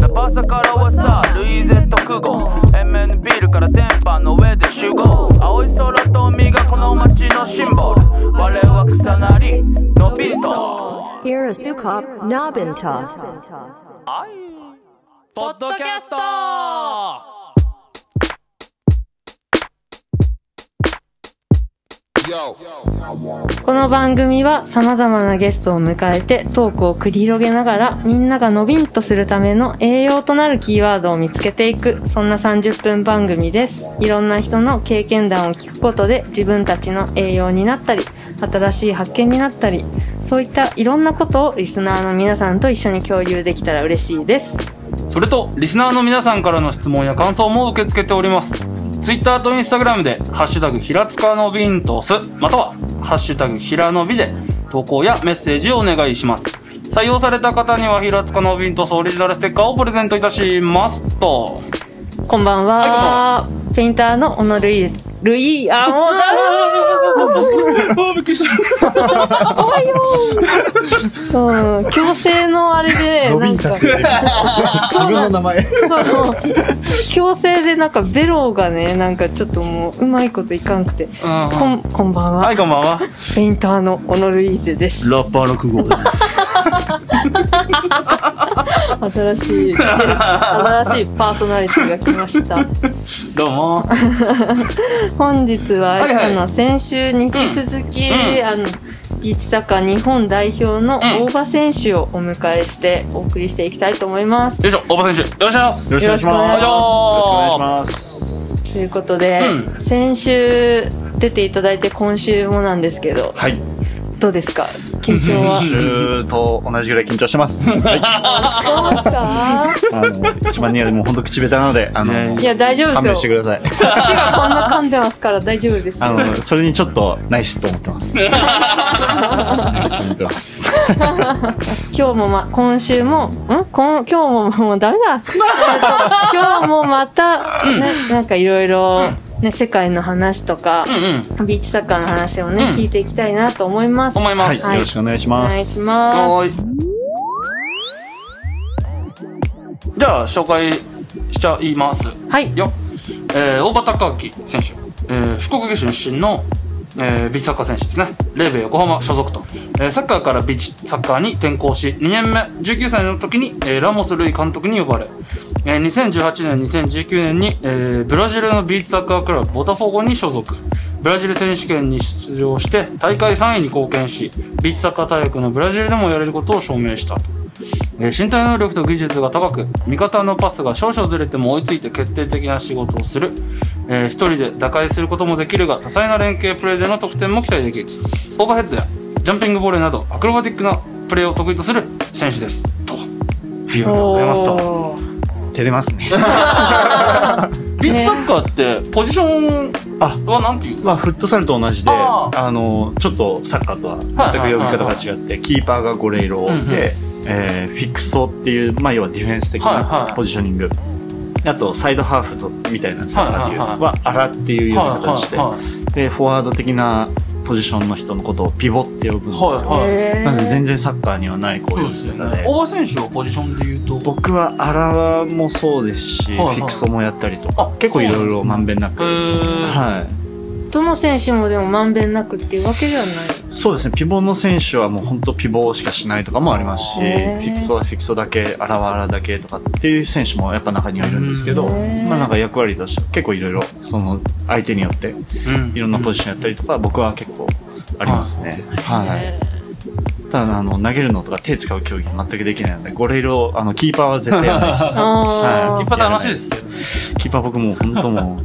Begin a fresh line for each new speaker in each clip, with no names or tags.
ナパサからはさルイゼット空港 MN ビールから電波の上で集合青い空と海がこの街のシンボル我は草なりのビート
Irisukop Nabintos.
ポッドキャスト
Yo.
この番組はさまざまなゲストを迎えてトークを繰り広げながらみんながのびんとするための栄養となるキーワードを見つけていくそんな30分番組ですいろんな人の経験談を聞くことで自分たちの栄養になったり新しい発見になったりそういったいろんなことをリスナーの皆さんと一緒に共有できたら嬉しいです
それとリスナーの皆さんからの質問や感想も受け付けておりますツイッターとインスタグラムで「ハッシュタグひらつかのびんとす」または「ハッシュタグひらのび」で投稿やメッセージをお願いします採用された方にはひらつかのびんとすオリジナルステッカーをプレゼントいたしますと
こんばんは、ペインターの小野ルイルイあもうダメ
あびっくりした
怖いよー。うん、強制のあれで、なんか、そう
自分の名前。
そう、強制でなんかベロがね、なんかちょっともう、うまいこといかんくて。こん、こんばんは。
はいこんばんは
ペインターのオノルイーゼです。
ラッパーの久保です
新しい、新しいパーソナリティが来ま した。
どうも
本日は、
はいはい
あの先週に引き続き、
うんうん
あのビーチサッカー日本代表の大場選手をお迎えしてお送りしていきたいと思います。
よいしょ大場選手よろしくお願いします
よろしくお願いしま
よろしくお願いし
ます。
す。ということで、
う
先週出ていただいて今週もなんですけど、
はい。
どうですか緊張 は。
週と同じぐらい緊張してます。はい。
そうですか
あの、一番にはもう本当口下手なので、あの、
ね
いや、大丈夫
勘
で
弁
す
して
よ。
ください。
こっちがこんな噛んでますから大丈夫です
あ
よ。
の、それにちょっとナイスと思っ てます。ナイスと思ってます。
今日もま、今週も、んこん今日も、もうダメ だ。えっと今日もまた、ね、なんかいろいろ、ね、世界の話とか、
うんうん
ビーチサッカーの話をね、
うん
聞いていきたいなと思います。
思いま
はい。
す
よろしくお願いし
お
ま
願いし
す。
ます。
はーい。じゃあ紹介しちゃいます
はい。
よ。えー、大場隆明選手、えー福岡県出身の、えービーチサッカー選手ですね。レーベ横浜所属と、えーサッカーからビーチサッカーに転向し、2年目、19歳の時に、えーラモス・ルイ監督に呼ばれ、えー2018年、2019年に、えーブラジルのビーチサッカークラブボタフォゴに所属。ブラジル選手権に出場して大会3位に貢献し、ビーチサッカー大学のブラジルでもやれることを証明したと。えー身体能力と技術が高く味方のパスが少々ずれても追いついて決定的な仕事をする、えー一人で打開することもできるが多彩な連携プレーでの得点も期待できるオーバーヘッドやジャンピングボレーなどアクロバティックなプレーを得意とする選手ですとありがとうございますと
おー
照れますね。
ビーチサッカーってポジション
あ
はなんていうんです
ま
か
あ、フットサルと同じで、
あ
あの、ちょっとサッカーとは全く呼び方が違って、キーパーがゴレイロ
うんうん
で、えーフィクソっていう、まあ、要はディフェンス的
はいは
ないポジショニング。あと、サイドハーフとみたいなサッカーっていう
はいはい
のは、アラっていう呼び方をして、
はいはい
で、フォワード的なポジションの人のことをピボって呼ぶんですよ。
はいはい
へー
なので、全然サッカーにはないこう
そ
いうう
です
呼び
よ
方で
ね。大場選手はポジションで言うと
僕はアラもそうですし、
はいはい
フィクソもやったりと
あ
か、結構いろいろまんべんな
え
く。
ー
はい。
どの選手もでもまんべんなくっていうわけではない。
そうですね、ピボの選手はもう本当ピボしかしないとかもありますし、フ
へー
ィクソはフィクソだけ、アラはアラだけとかっていう選手もやっぱ中にはいるんですけど、
へー
まあなんか役割としては結構いろいろ、その相手によって
うん
いろんなポジションやったりとか、僕は結構ありますね。はい。
へ
ただあの、投げるのとか手使う競技全くできないので、ゴレイロ、あの、キーパーは絶対やらないです
ー。あ
は
やっぱ楽しいですよね
キーパー僕もう本当もう、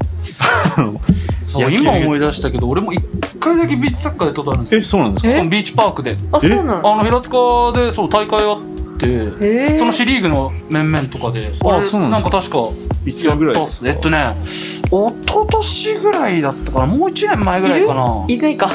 あの
そう
野球
今思い出したけど俺も一回だけビーチサッカーやったことあるんです
え、
よ
そうなんですか
しかもビーチパークで
ー。あ、そうな
あ
の
の平塚でそう大会あって
へー
そのシリーグの面々とかで
あ
れ
そうなん
な
で
ん
す
か
か
確か
いつぐらい
やったっすねえっとね一昨年ぐらいだったかなもう1年前ぐらいかない
るいないか。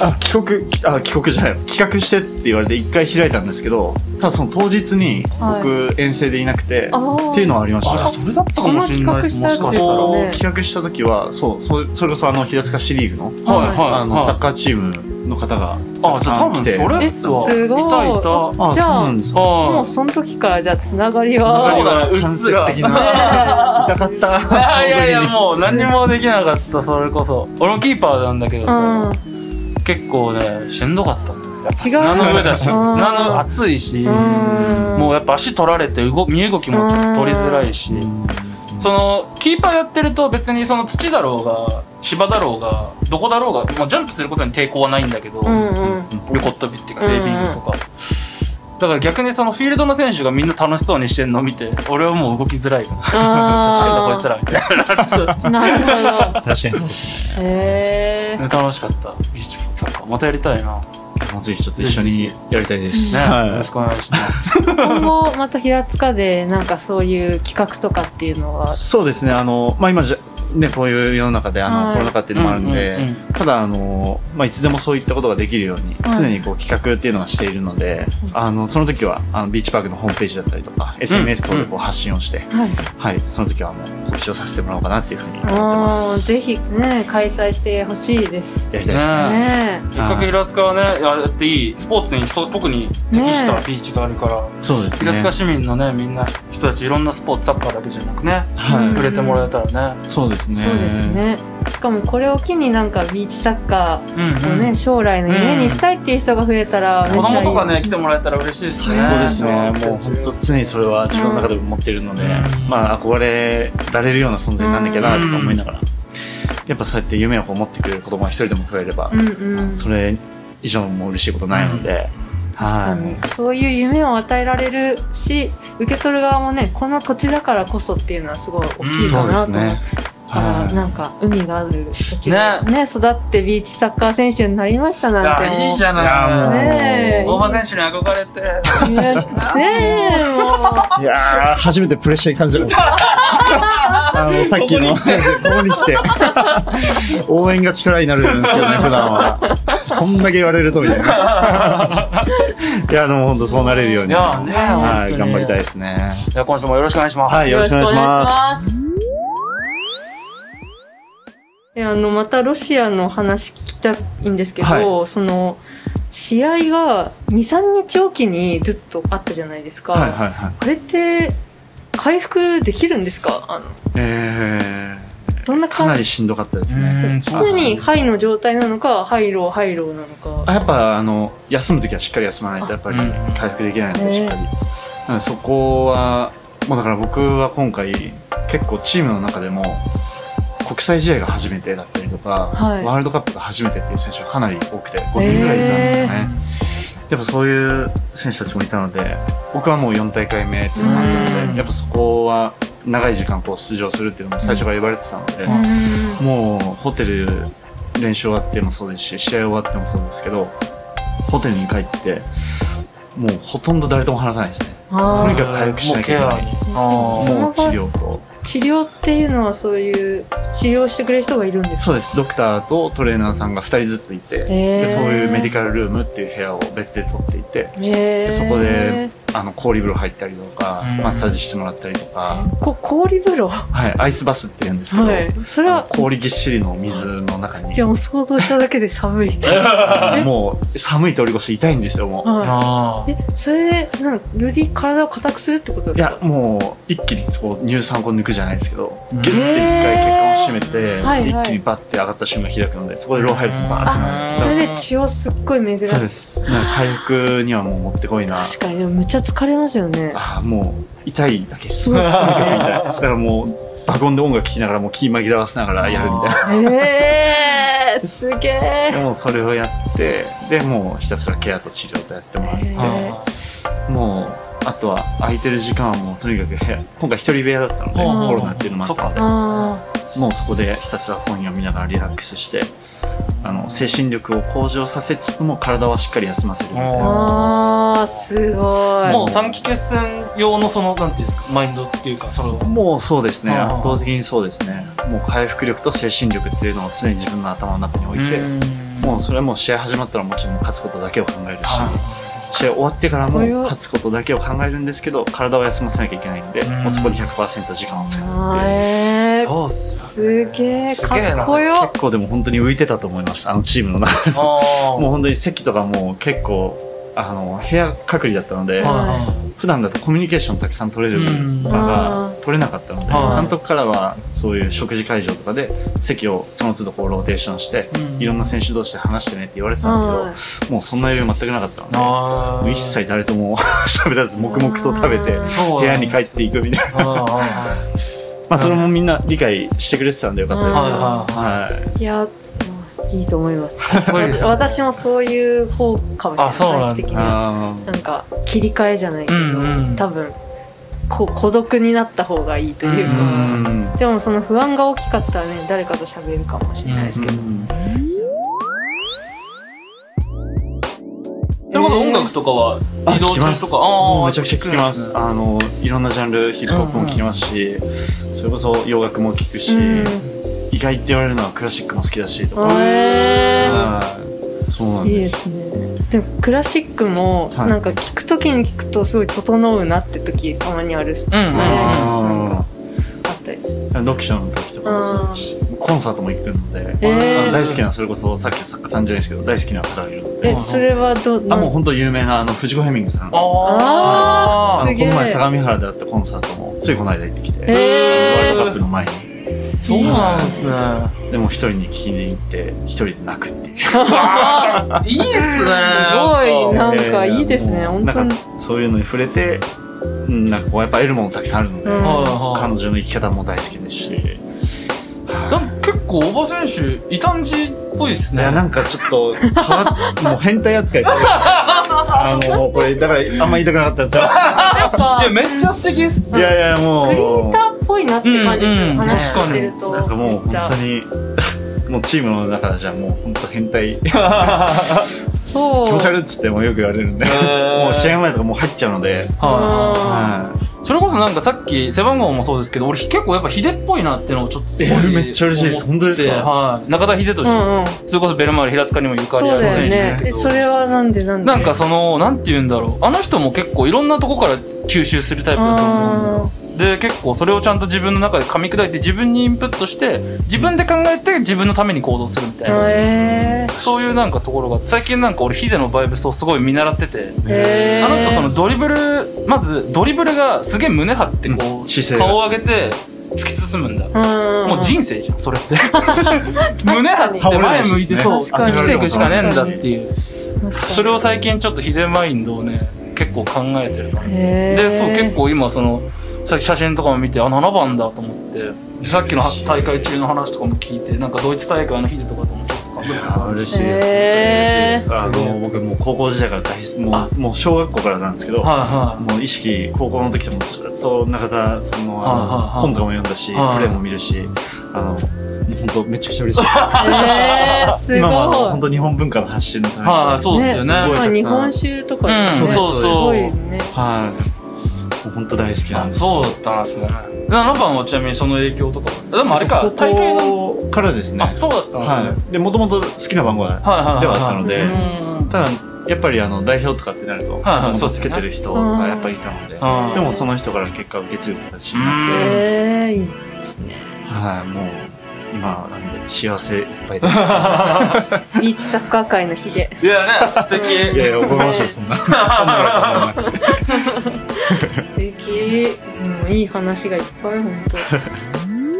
あ帰国きあ帰国じゃない企画してって言われて一回開いたんですけどただその当日に
はい
僕遠征でいなくて、
あー
っていうのはありまし
あじゃあ
た
それだったかもしれないですも
その
し
企
か
画
し
し
ら
たたん
は
で
い
す
企画した時はそうそそれこそあの平塚市リーグの,、あ
はい
のサ
は
ッカーチームの方が
いあじゃあ多分それっすわ
えすごい
いたいた
あ
じ
そう
ゃあ
なんですか
あ
もうその時からじゃあつながり
そう
は
だねうっ
間
す
接
ら
的な痛かっ
い
た
やいやいや
う
もう何もできなかったそれこそ俺もキーパーなんだけど
う
さ
ん
結構ねしんどかったねやっぱ
違う
砂の上だし
うん
砂の熱いし
うん
もうやっぱ足取られて動身動きもちょっと取りづらいしそのキーパーやってると別にその土だろうが芝だろうがどこだろうがもうジャンプすることに抵抗はないんだけど
うんうん
横っ飛びっていうかセービングとか。だから逆にそのフィールドの選手がみんな楽しそうにしてんの見て俺はもう動きづらいからなんだ こいつ
あ
らみたいな
あなるほ ど
確かにそうです
へえ
ね楽しかったビーチサッカーまたやりたいなね、
もうぜひちょっと一緒にやりたいです
よろしくお願いします
今後また平塚でなんかそういう企画とかっていうのは
そうですね、あの、まあ、今じゃ、ね、こういう世の中で、あの、
はい
コロナ禍っていうのもあるんで、
うんうんうん
ただ、あの、まあ、いつでもそういったことができるように、
はい
常にこう企画っていうのはしているので、あの、その時は、あの、ビーチパークのホームページだったりとか、SNS 等でこう発信をして、
はい
はい、その時はもう、告知をさせてもらおうかなっていうふうに思ってま
あー
す。
ぜひね開催してほしいです
やりたいですね。
ね
せっかく平塚はねやっていいスポーツにと特に適したビーチがあるから、
そうですね。
平塚市民のねみんな人たちいろんなスポーツサッカーだけじゃなくね
はい
触れてもらえたらね
そうですね。
そうです。ねしかもこれを機になんかビーチサッカ
うん、
ーをね将来の夢にしたいっていう人が増えたらめっ
子
ちゃいい
供とかね来てもらえたら嬉しいですね
最高ですね。もう
本
本当常にそれは自分の中でも持ってるので、
うん
まあ憧れられるような存在になんなきゃなとか思いながら、やっぱそうやって夢をこう持ってくれる子供が一人でも増えれば
う、んうん
それ以上も嬉しいことないので、はい。
そういう夢を与えられるし受け取る側もねこの土地だからこそっていうのはすごい大きいかなと思う
うんそうですね
から、
はい
なんか海がある土地でね育ってビーチサッカー選手になりましたなんてもう
いやいいじゃない
ねえ
大場選手に憧れて
ねねえも
いやー、初めてプレッシャーに感じたことあの、さっきの、ここに来て、応援が力になるんですけどね、普段は。そんだけ言われるとみたいな。いや、でも本当そうなれるよう
い
に。
やね本
はい、
当に
頑張りたい
い
ですね。
や今週もよろしくお願いします、
はい、
う
よ
よ
ろ
ろ
し
し
く
く
お
お
願
願
い
い
し
し
ます。
ますであのまたロシアの話聞きたいんですけど、
は
その試合が23日おきにずっとあったじゃないですか、
はいはいはい。
あれって回復できるんですかあの
え
どんな
ー、か
感
な
じ
りしんどかったですね。
うん
常にハイの状態なのかハイローハイローなの
あ
か
やっぱあの休む時はしっかり休まないとやっぱり
うん
回復できないので
ね
しっかり、なのでそこはもうだから僕は今回結構チームの中でも国際試合が初めてだったりとか、
はい
ワールドカップが初めてっていう選手がかなり多くて5人ぐらいいたんですよね、やっぱそういう選手たちもいたので僕はもう4大会目っていうのもあったの
うん
でやっぱそこは長い時間こう出場するっていうのも最初から言われてたので、
うん
もうホテル練習終わってもそうですし試合終わってもそうですけどホテルに帰ってもうほとんど誰とも話さないですね
あ
と
ー
にかく回復しなきゃいけない
もう ケアにあー
もう治療と
治療っていうのはそういう治療してくれる人がいるんですか
そうですドクターとトレーナーさんが2人ずついて、
へー
でそういうメディカルルームっていう部屋を別で取っていて
へー
でそこであの氷風呂入ったりとか
うん
マッサージしてもらったりとか、
こ氷風呂
はい、アイスバスって言うんですけど、
はいそれ
あの
は
氷ぎっしりの水の中に
いやもう想像しただけで寒い え
もう寒い通り越して痛いんですよもう。
あ
はいえそれでなんかより体を硬くするってことで
い
す
や
か
もう一気にこう乳酸を抜くじゃないですけど
うん
ギュッて一回血管を締めて、
ーはいはい
一気にバッて上がった瞬間開くのでそこで老廃物バーってな
あ
る
それで血をすっごい巡ら
そう
す
ですなんか回復にはもうもってこいな
確かにでもむっちゃ疲れますよね
あーもう痛いだけ
そ
す
うですね
とにかく痛いだからもうバコンで音楽聴きながらもう気紛らわせながらやるみた いな
えー、すげ
で
え。
もうそれをやってでもうひたすらケアと治療とやってもらって、
へ
あ
ー
あ
もうあとは空いてる時間はもうとにかく部屋今回一人部屋だったので
うん
コロナっていうのもあったので
あ
もうそこでひたすら本読みながらリラックスしてあの精神力を向上させつつも体はしっかり休ませるみたい
ー
うん
な
あー、すごい。
もう短期決戦用のそのなんていうんですかマインドっていうかそれを
もうそうですね
あー
圧倒的にそうですねもう回復力と精神力っていうのを常に自分の頭の中に置いて
うん
ももうそれはもう試合始まったらもちろん勝つことだけを考えるし、試合終わってからも勝つことだけを考えるんですけど、体を休ませなきゃいけないんで、
ん
もうそこで100%時間を使
あ
って。
えー、
そうっす
すげえ
すげえな
かっこよ
結構でも本当に浮いてたと思います、あのチームの中 で。
ああ
もう本当に席とかも結構、あの、部屋隔離だったので、
は
普段だとコミュニケーションたくさん取れる
うん
場が取れなかったので、
はい
監督からはそういう食事会場とかで席をその都度こうローテーションして、
うん
いろんな選手同士で話してねって言われてたん
は
ですけど、もうそんな余裕全くなかったので、も
あ
う一切誰とも 喋らず黙々と食べて
あー、
そう
部屋に帰っていくみたいな。
は
まあそれもみんな理解してくれてたんでよかった
い
で
は
す
い
けど。
はい
はい
やいいと思います
っこいいですね
私もそういう方かもしれない
あそうなんだ
タイプ的
い。
には
あー
なんか切り替えじゃないけど、
うんうん
多分こ孤独になった方がいいという
う
か、
うん
でもその不安が大きかったらね誰かと喋るかもしれないですけど、
い。それこそ音楽とかは
あ
移動中とか、
もう
あ
めちゃくちゃ聞きます。あの、いろんなジャンル、ヒップホップも聞きますし、それこそ洋楽も聞くし、
うん
意外って言われるのはクラシックも好きだし、とか。
へー
はいそうなん
いい
で。
ですすねでもクラシックも
はい
なんか聞く時に聞くとすごい整うなって時たまにあるし、
うん
あれなん
あ
かあったりする
ー読書の時とかもそうだし、コンサートも行くので、
えー
あ大好きな、それこそさっきの作家さんじゃないですけど、大好きな方がいるので、
えそれはど
あ、もう本当有名なあの、藤子ヘミングさん。
あ
あ
あ
あ
の
すげ
こ
え
の前相模原であったコンサートも、ついこの間行ってきて、ワ
え
ールドカップ
ー
の前に。
そうなんですね。
でも一人に聞きに行って、一人で泣くってい
い
う。
いっすね。
すごいなんかいいですね
やや
本当
なん
に
かそういうのに触れてうんなんかこうやっぱ得るものたくさんあるので、
うん
彼女の生き方も大好きですし、い
なんか結構大場選手異端児っぽいっすね。
やなんかちょっと変わっもう変態扱いですよあのこれだからあんま言いたくなかったんですよ
なん
い
か
やめっちゃ素敵っす。
いやいや
クリエ
も
イ
う
ターっぽいなって感じする、
うんうん
話聞いてると
なんかもう
めっ
本
ちゃ
当にもうチームの中じゃもう本当変態気
そう
持ち悪いっつってもよく言われるんで
ー
もう試合前とかもう入っちゃうので、
は。
はい
それこそなんかさっき背番号もそうですけど、俺結構やっぱヒデっぽいなっていうのをちょっとすごい
えーめっちゃ嬉しいです本当ですか
はい。中田秀
う
俊。
んうん
それこそベルマーレ平塚にもゆか
そう
りある
だよ
選手
ねえそれはなんでなんで
なんかその、なんて言うんだろう。あの人も結構いろんなとこから吸収するタイプだと思うんだ。で、結構それをちゃんと自分の中で噛み砕いて自分にインプットして、自分で考えて自分のために行動するみたいな。
へ
そういうなんかところが、最近なんか俺ヒデのバイブスをすごい見習ってて、
えへ
あ
ー
の人そのドリブル、まずドリブルがすげえ胸張ってこ
う
う、
ん姿勢が
顔を上げて突き進むんだ。
うんうん
もう人生じゃん、それ って。胸張って前向いてそう、
確かに
生きていくしかねえんだっていう。それを最近ちょっとヒデマインドをね結構考えてる感じですよ
へー
でそう結構今そのさ写真とかも見てあ7番だと思ってでさっきの大会中の話とかも聞いてなんかドイツ大会のヒデとかともちょっとかぶって
あ嬉しいです。
へー
嬉しいですあ
すごい
の僕もう高校時代から大好きもうもう小学校からなんですけど、
はい
もう意識高校の時でもずっと中田さんのあの
はいはいはい
本とかも読んだし、
はい
プレーも見るし、あの本当めちゃくちゃ嬉しい です。
へーすごい
今は本当日本文化の発信のために、
はいはいそうですよね
すごい
今日本酒とかね
うん
そうそう
すごいね
はいもう本当大好きなん
あ
です。
そうだったんですね7番はちなみにその影響とかはでもあれか
高
大会の
校からですね
あ。そうだったんですね
はい。で元々好きな番号で
は
は
いはいはいはい
あったので、
うん
ただやっぱりあの代表とかってなると、
はいはい
も
そう
う
です
つ
ね
けてる人がやっぱりいたので、
うん
でもその人から結果を受け継ぐ形になって。
へーいいですね
はい、もう今なんで幸せいっぱいです。
ビーチサッカー界の日で
いやね素
い
敵
やいや、怒りましたよ、そんな。
素敵うんいい話がいっぱい本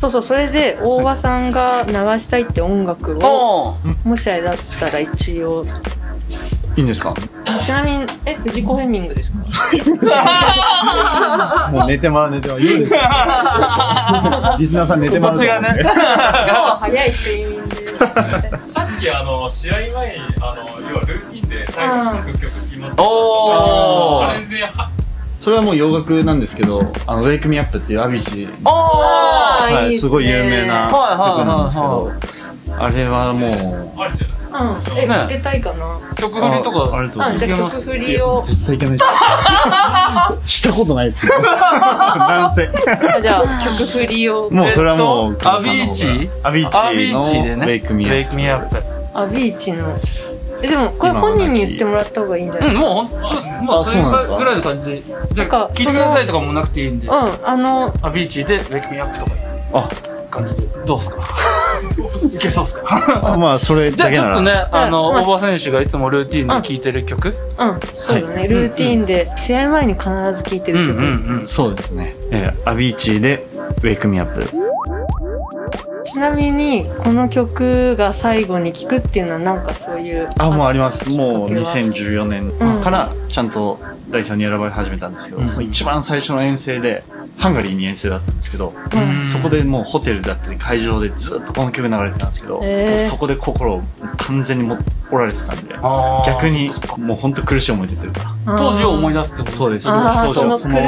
当そうそうそれで大場さんが流したいって音楽を
おー
もしあれだったら一応
いいんですか
ちなみにえ藤子ヘミン グですか
もう寝てまう寝てまう。言うんですよリスナーさん寝てまうと思うんで。
心地
今日は早い睡 眠で
さっきあの試合前にあの要はルーティンで最後に書く曲決まった
おー
あれでは
それはもう洋楽なんですけど、あの、ウェイクミアップっていうアビジ
おー
あー
はい
いっ
すごい有名な曲なんですけ
はいはい
ど、あれはもう、
あるじゃな
う
い
ん。え、
ね
かけたいかな。
曲振りとか
あありがとうござい
あ、じゃあ曲振りを。
絶対いけないです。したことないですよ。なんせ。
あじゃあ曲振りを。
もうそれはもう、
えっとアビーチ
アビ
アビ
ー
ー
チ
チで
の
ね
ウェイクミア
ウェイクミアップ
あ、ビーチの。え、でもこれ
今は
本
なき
人に言ってもらった方がいいんじゃな
う
い
んもうほんとまあ
あ
そ
そ
れ
うなんですか
ぐらいの感じでじゃ
なん
あ
か
聞いてくださいとかもなくていいんで
うん、あの、
アビーチでウェイクミアップとか
あ
感じでどうっす かいけそうっすか
あまあ、それ
じゃあ
だけ
ち
な
ょっとね
ら。
あの
まあ
大場選手がいつもルーティンで聴いてる曲
うん、そうだね、ルーティーンで、試合前に必ず聴いて
うんう
る
ん
曲。
うん
そうですね。えーアビーチで、ウェイクミアップ。
ちなみに、この曲が最後に聴くっていうのは、なんかそういう。
あ、もうあります。もう
きっかけは
2014年からちゃんと代表に選ばれ始めたんですけど、
うん
その一番最初の遠征で、ハンガリーに遠征だったんですけど、
うん
そこでもうホテルだったり会場でずっとこの曲流れてたんですけど、
へー
もうそこで心を完全にも折られてたんで、
あー
逆にもう本当苦しい思い出というか、
当時を思い
出
出すってこと
そうです。
あー
当時は
そ
その
の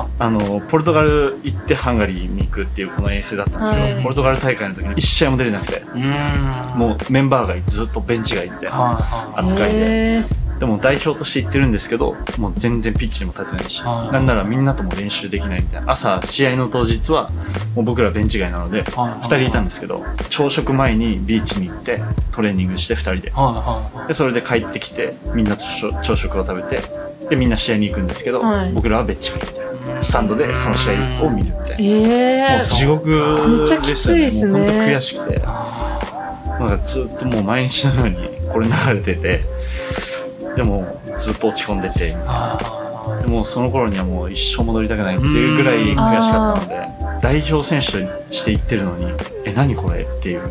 あ
あの、ポルトガル行ってハンガリーに行くっていうこの遠征だったんですけど、
はい
ポルトガル大会の時に一試合も出れなくて、
あうん
もうメンバー外ずっとベンチ外って
はいはい
扱いで。
へー
でも代表として行ってるんですけど、もう全然ピッチにも立てないし、
はい
なんならみんなとも練習できないみたいな。朝、試合の当日は、もう僕らベンチ外なので、
はい
二人いたんですけど、朝食前にビーチに行って、トレーニングして二人で。
はいはい
で、それで帰ってきて、みんなと朝朝食を食べて、で、みんな試合に行くんですけど、
はい
僕らはベンチ外みたいな。スタンドでその試合を見るみたいな。も
え
う
ー
地獄ですよ
めっちゃきついっすね
もう本当悔しくて。なんかずっともう毎日のようにこれ流れてて、でもずっと落ち込んでて、
あー
でもうその頃にはもう一生戻りたくないっていうぐらい悔しかったので、代表選手として行ってるのに、え、何これっていう、
うん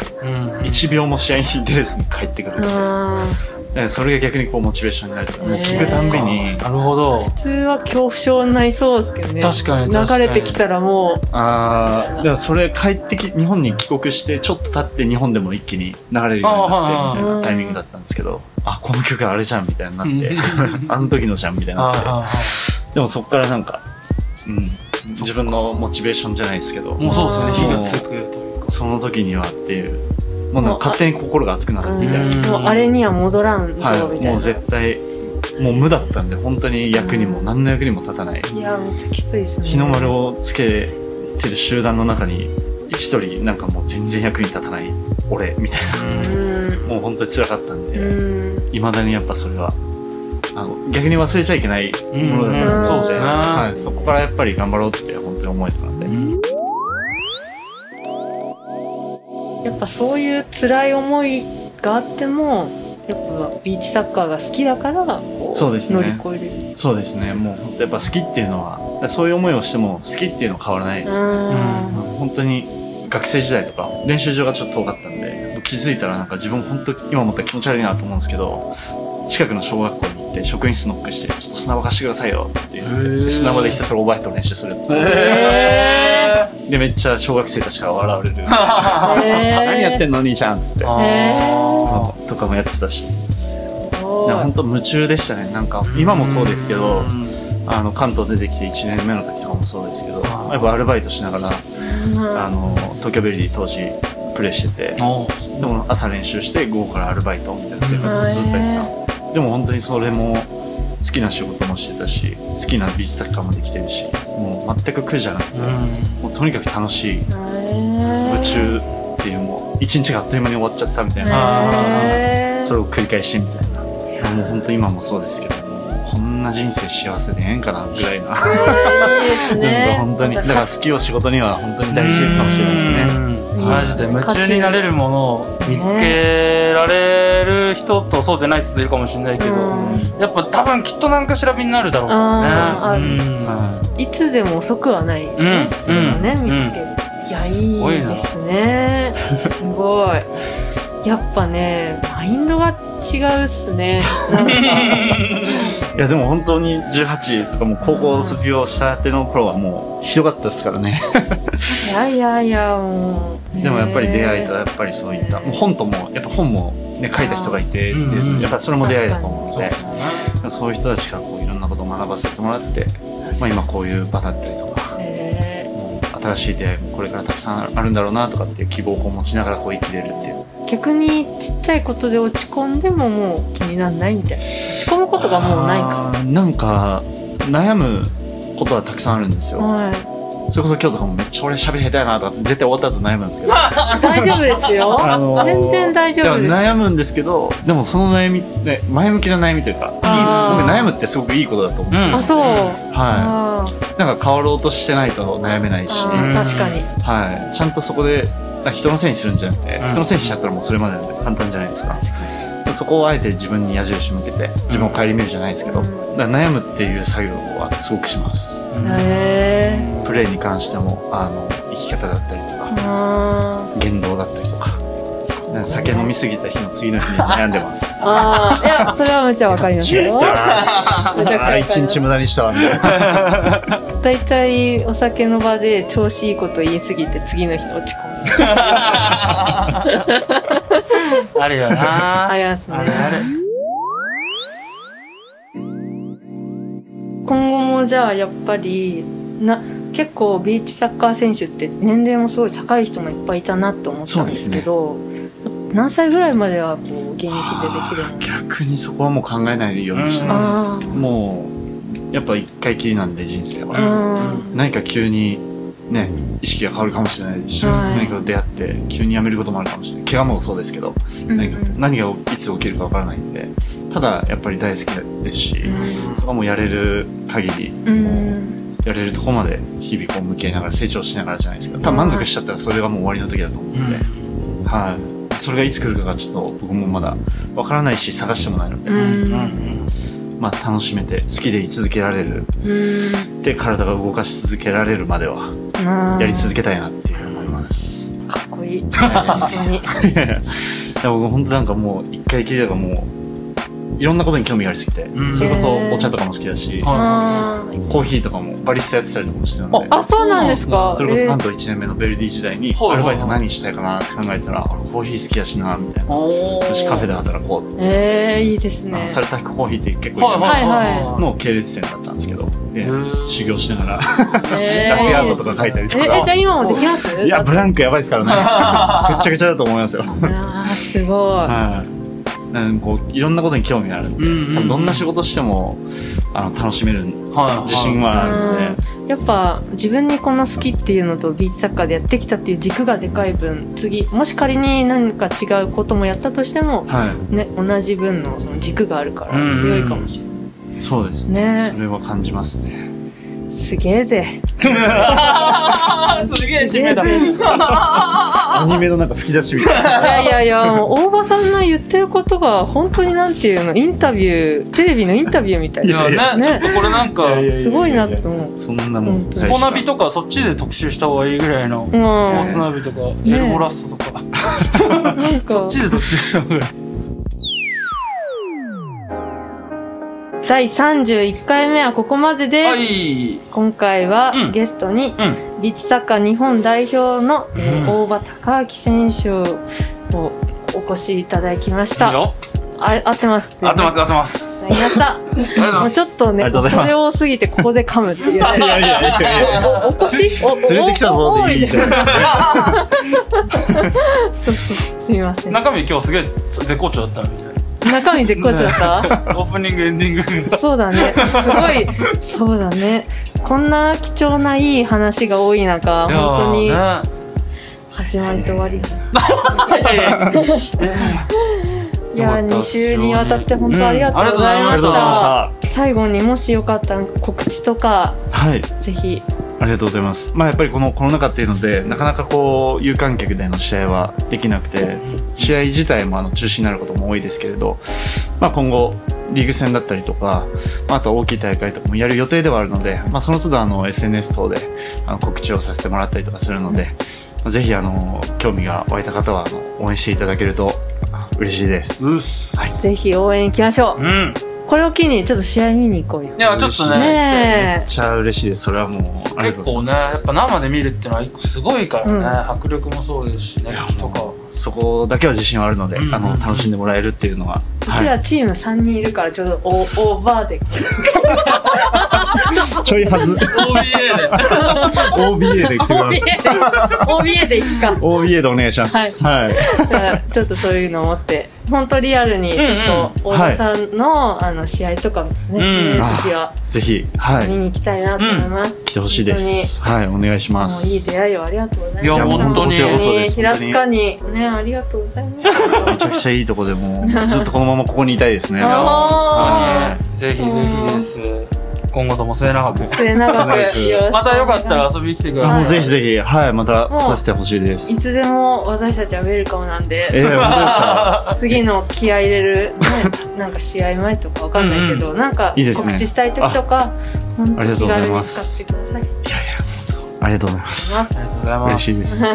1秒も試合に出れずに帰ってくる。だか
うん
らそれが逆にこうモチベーションになるというか。もう聞くたんびに、
なるほど
普通は恐怖症になりそうですけどね
確かに確かに
流れてきたらも
ああ、でもそれ帰ってき、日本に帰国して、ちょっと経って日本でも一気に流れるようになって、み
あーはいはい
たい
はい
なタイミングだったんですけど、あ、この曲あれじゃん、みたいに なって
う、
あの時のじゃん、みたいにな
はい
って。
は
でもそこからなんか、うん、自分のモチベーションじゃないですけど
い、もうそうですね火がつくというか
その時にはっていう、もうなんか勝手に心が熱くな
う、
る
うん
みたいな。
もうあれには戻らんぞ、
は
み
い、
たい
も
な
う絶対、もう無だったんで、本当に役にも、何の役にも立たない。
いやめっちゃきついですね
日の丸をつけてる集団の中に、一人なんかもう全然役に立たない俺みたいな。
うん
もう本当に辛かった
う
んで、
ん
未だにやっぱそれは、あの、逆に忘れちゃいけないものだったので、
うんうんそうです
ね
はい、そこからやっぱり頑張ろうって本当に思えたので。
やっぱそういう辛い思いがあってもやっぱビーチサッカーが好きだからこう
そうですね
乗り越えれる
そうですね。もう本当やっぱ好きっていうのは、だからそういう思いをしても好きっていうのは変わらないで
う
す。
ん
本当に学生時代とか練習場がちょっと遠かったんで、もう気づいたらなんか自分本当今思ったら気持ち悪いなと思うんですけど、近くの小学校に行って職員室ノックして、ちょっと砂場貸してくださいよっていう。
へー
で砂場でひたすらオーバーヘッド練習する。
へー
で、めっちゃ小学生たちから笑われる。
へー
何やってんの兄ちゃんっつって。
あ
とかもやってたし、
おー
本当夢中でしたね。なんか今もそうですけど
う、ん
あの関東出てきて1年目の時とかもそうですけど
あー
やっぱアルバイトしながらあの東京ベルディ当時プレーしてて
おう
でも朝練習して午後からアルバイトみたいな生活をずっとやってたのでも本当にそれも好きな仕事もしてたし好きな美術作家もできてるしもう全く苦じゃなくて
うん
もうとにかく楽しい
へー
夢中っていうもう一日があっという間に終わっちゃったみたいな
へー
それを繰り返してみたいなもう本当今もそうですけどこんな人生幸せでええんかなぐらいな。
いいです
なん
ね
か 本当に、だから好きを仕事には本当に大事かもしれないですね。
うんマジで夢中になれるものを見つけられる人とそうじゃない人といるかもしれないけど、
う
やっぱ多分きっと何かしらみになるだろうからね。うん
はい
つでも遅くはないよね、
うん
それはね、
うん
見つける、いや
すご
い
い
い
な
ですねすごいやっぱねマインドが違うっすねなん か
いや、でも本当に18とかもう高校卒業したての頃はもうひどかったですからね。
いやいやいやもうね
でもやっぱり出会いとやっぱりそういった、もう本とも、やっぱ本もね、書いた人がいて、
うんうん
やっぱそれも出会いだと思うの
そう
で
で、すね
そういう人たちからこういろんなことを学ばせてもらって、まあ今こういう場だったりとか、
え
新しい出会いもこれからたくさんあるんだろうなとかっていう希望をこう持ちながらこう生きれるっていう。
ー逆にちっちゃいことで落ち込んでももう気にならないみたいな落ち込むことがもうないか
あーなんか悩むことはたくさんあるんです
ら
よ
はい
それこそ今日とかもめっちゃ俺喋り下手やなとか絶対終わった後悩むんですけど
大丈夫ですよ
あのー
全然大丈
でも
夫です
悩むんですけどでもその悩み、ね、前向きな悩みというかいい僕
あー
悩むってすごくいいことだと思う、
うん
あそう、
は
あ
いなんか変わろうとしてないと悩めない
ー
し、
あー確かに
はい、ちゃんとそこであ人のせいにするんじゃなくて、
うん
人のせいにしちゃったらもうそれまでなんで簡単じゃないですかそこをあえて自分に矢印向けて自分を顧みるじゃないですけど、だから悩むっていう作業はすごくします
へえ
プレーに関してもあの生き方だったりとか
あー
言動だったりとかなんか酒飲みすぎた日の次の日に悩んでます
あーいやそれはめっちゃわかります よめちゃくちゃわか
あ
り
ー
ます
一日無駄にしたわみたいな
大体お酒の場で調子いいこと言いすぎて次の日落ち込む
あるよな
ありますね
あるある
今後もじゃあやっぱりな結構ビーチサッカー選手って年齢もすごい高い人もいっぱいいたなと思ったんですけど何歳ぐらいまではこう現役でできるの
逆にそこはもう考えないようにしてま
あ
すもうやっぱ一回きりなんで人生は、
あうん
何か急にね意識が変わるかもしれないですし、
はい
何かと出会って急に辞めることもあるかもしれない怪我もそうですけど、何か何がいつ起きるかわからないんでただやっぱり大好きですし、そこはもうやれる限り、
うん
もうやれるとこまで日々こう向き合いながら成長しながらじゃないですか多分満足しちゃったらそれがもう終わりの時だと思うんで、はいそれがいつ来るかがちょっと僕もまだわからないし探してもないので、
うんうん
まあ楽しめて好きでい続けられる
うん
で体が動かし続けられるまでは
うん
やり続けたいなっていう思います。
かっこいい
は
本当 に
いいやいや僕本当なんかもう一回きりだからもういろんなことに興味がありすぎて、
うん
それこそお茶とかも好きだし、
はい
あ
コーヒーとかもバリスタやってたりとかもしてたので
ーあそうなんですか
それこそ
えー
関東1年目のベルディ時代
は
に
い
ア
はい
ル
は
バ
い
イト何したいかなって考えたらあコーヒー好きやしなみたいな
おー
よしカフェで働こう
えーいいですね
サルタヒココーヒーって結構
はい
有名
はい
はい
は
の系列店だったんですけどで
ー
修行しながら
えー
ラテアートとか書いたりと
ええじゃあ
か
今もできます
いやブラ
ン
ンクやばいですからねぐっちゃぐちゃだと思いますよ
あーすごい
はい、なんかこういろんなことに興味があるんで、
うんうんうん
多分どんな仕事してもあの楽しめる
いはい
自信はあるんで、
やっぱ自分にこの好きっていうのとビーチサッカーでやってきたっていう軸がでかい分次もし仮に何か違うこともやったとしても、
は
ね、同じ分のその軸があるか
うんう
ら
ん
強いかもしれ
い、そうですね
ないね
それは感じますね
すげえぜ
すげえ締めだ
すげえぜ
アニメのなんか吹き出しみたいな
やい
い
やいやもう大場さんの言ってることが本当になんていうのインタビューテレビのインタビューみたい
い
な
や
い
ね
ね
ちょっとこれなんか
いやいや
すごいなと思う
そんなも
うん
ん
スポナビとかそっちで特集した方がいいぐらいの
うん
大
な
津ナビとか
ね
エルボラストとか
ん
そ
か
っちで特集した方がいい
第31回目はここまでで
は
す、
い
今回は
うん
ゲストに、
う
ビーチサッカー日本代表の、えー
うん
大場孝明選手をお越しいただきまし
いい
た。
よ
あ合ってます。
合ってます
あ
合ってます
りがと
ありがとうござい
う。も
ま
う
す
ちょっと
あ
ね、
りがとうございま
恐
す
れ多すぎてここで噛むっていうね。
いやいやいやいやいや
おお越 しおお
連れてきたぞ
おお
でいいじゃん
そうそうすみません。
中身今日すげえ絶好調だったみたい
中身絶好調だった。
なオープニングエンディングが
そうだね。すごい。そうだね。こんな貴重ないい話が多い中、本当
い
に
やーね
始まりと終わり。
いやいや
いやー、
よかった
2週にわたって本当ありがとうござい
うんあ
ま
りが
し
とうございま
た。
あ
最後にもしよかったら告知とか
はい
ぜひ
ありがとうございます。まあやっぱりこのコロナ禍っていうので、なかなかこう、有観客での試合はできなくて、試合自体もあの中止になることも多いですけれど、まあ今後、リーグ戦だったりとか、まあ、あとは大きい大会とかもやる予定ではあるので、まあその都度あの SNS 等であの告知をさせてもらったりとかするので、まあぜひあの、興味が湧いた方はあの応援していただけるとあ嬉しいです。
うっす
ぜひ応援行きましょう、
うん
これを機にちょっと試合見に行こうよ
いやちょっとね
め
ね
っちゃ嬉しいです。それはもう、ありがと
結
うござい
構ねやっぱ生で見るってのは一個すごいからね、
うん
迫力もそうですしね
や
木とか
ます。そこだけは自信はあるので、
うん
あの、楽しんでもらえるっていうのは
うちらチーム3人いるからちょうどオーオーバーで
ちょいはず
OBA で
OBA で来 て
OBA で OBA でいくか
OBA でお願いします
はい
はい、
だからちょっとそういうのを持って本当リアルにちょっと
うん
大田さんの,、あの試合とかもね、
うん
うちは
ぜひはい
見に行きたいなと思います、
来てほしいですはいお願いし
本
ま
当に
す
もういい出会いをありがとうございます
いや本当に
こちらこそです
平
本
塚にねありがとうございます
当にめちゃくちゃいいとこでも うずっとこのままここにいたいですね
あ
ぜひぜひです今後とも末永く
ー末永くよろしくお願いしす
またよかったら遊びに来てくだ
あ
さ
も
いう
ぜひ ぜひはいまたさせてほしいです
いつでも私たちはウェルカムなんで
えー、本当ですか
次の気合い入れる、 ね、なんか試合前とかわかんないけど、なんか
いいですね
告知したい時とか、本当
あり
に
が
気
とうござ
軽
い
に
ま
使
す
ってください。
ありがとうございます
ありがとうございま
嬉
す
しい です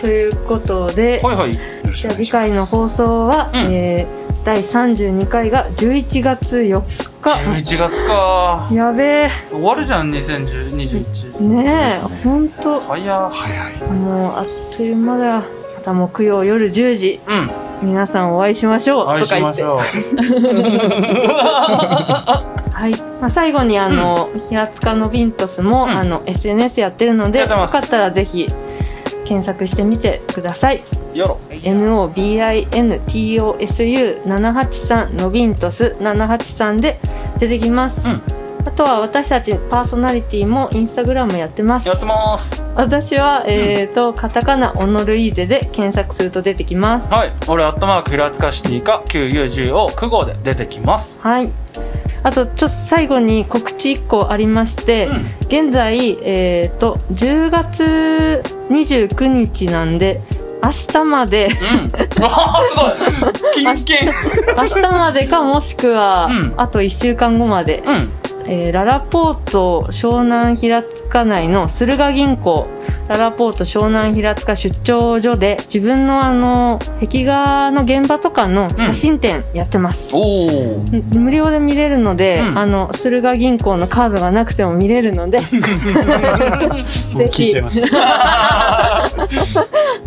ということで、
はいはい
じゃあ次回の放送は、
うん
えー第32回が11月4
11
日。
月か
やべ
終わるじゃん2021
え、ねえ、ほんと、
早っ早い
もうあっという間だ。また木曜夜10時、
うん
皆さんお会いしましょ
お
う
会い
と
し
か言
ま
って
し。ょう
はい、まあ、最後にあの、平塚のビントスも、
うん
あの SNS やってるので
あ
よ
りがとうご
か
ざい
っ
ます
たらぜひ検索してみてください
やろ
NOBINTOSU783 のビントス783で出てきます、
うん
あとは私たちパーソナリティもインスタグラムやってます
やってます
私は、えーとカタカナオノルイーゼで検索すると出てきます
はい俺アットマーク平塚シティか 9U10 を9号で出てきます
はい。あとちょっと最後に告知1個ありまして、現在、えー、と10月29日なんで明日ま で
うんわ あす ごいキンキン
明日までかもしくは、
うん
あと1週間後まで、
うん
えーララポート湘南平塚内の駿河銀行ララポート湘南平塚出張所で自分のあの壁画の現場とかの写真展やってます。
おお
無料で見れるので、
うん
あの駿河銀行のカードがなくても見れるのでぜ
聞い
ひ
ちゃいました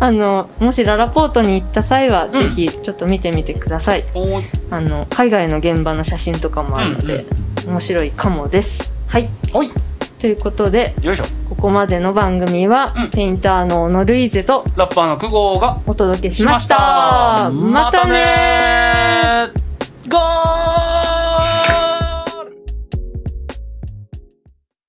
あのもしララポートに行った際は、
ん
ぜひちょっと見てみてください
おー
あの海外の現場の写真とかもあるので、面白いかもですはい
ほい
ということで
よいしょ
ここまでの番組は、
うん
ペインターの小野ルイーゼと
ラッパーの9号が
お届けしました
しました
ま
また
たね
ね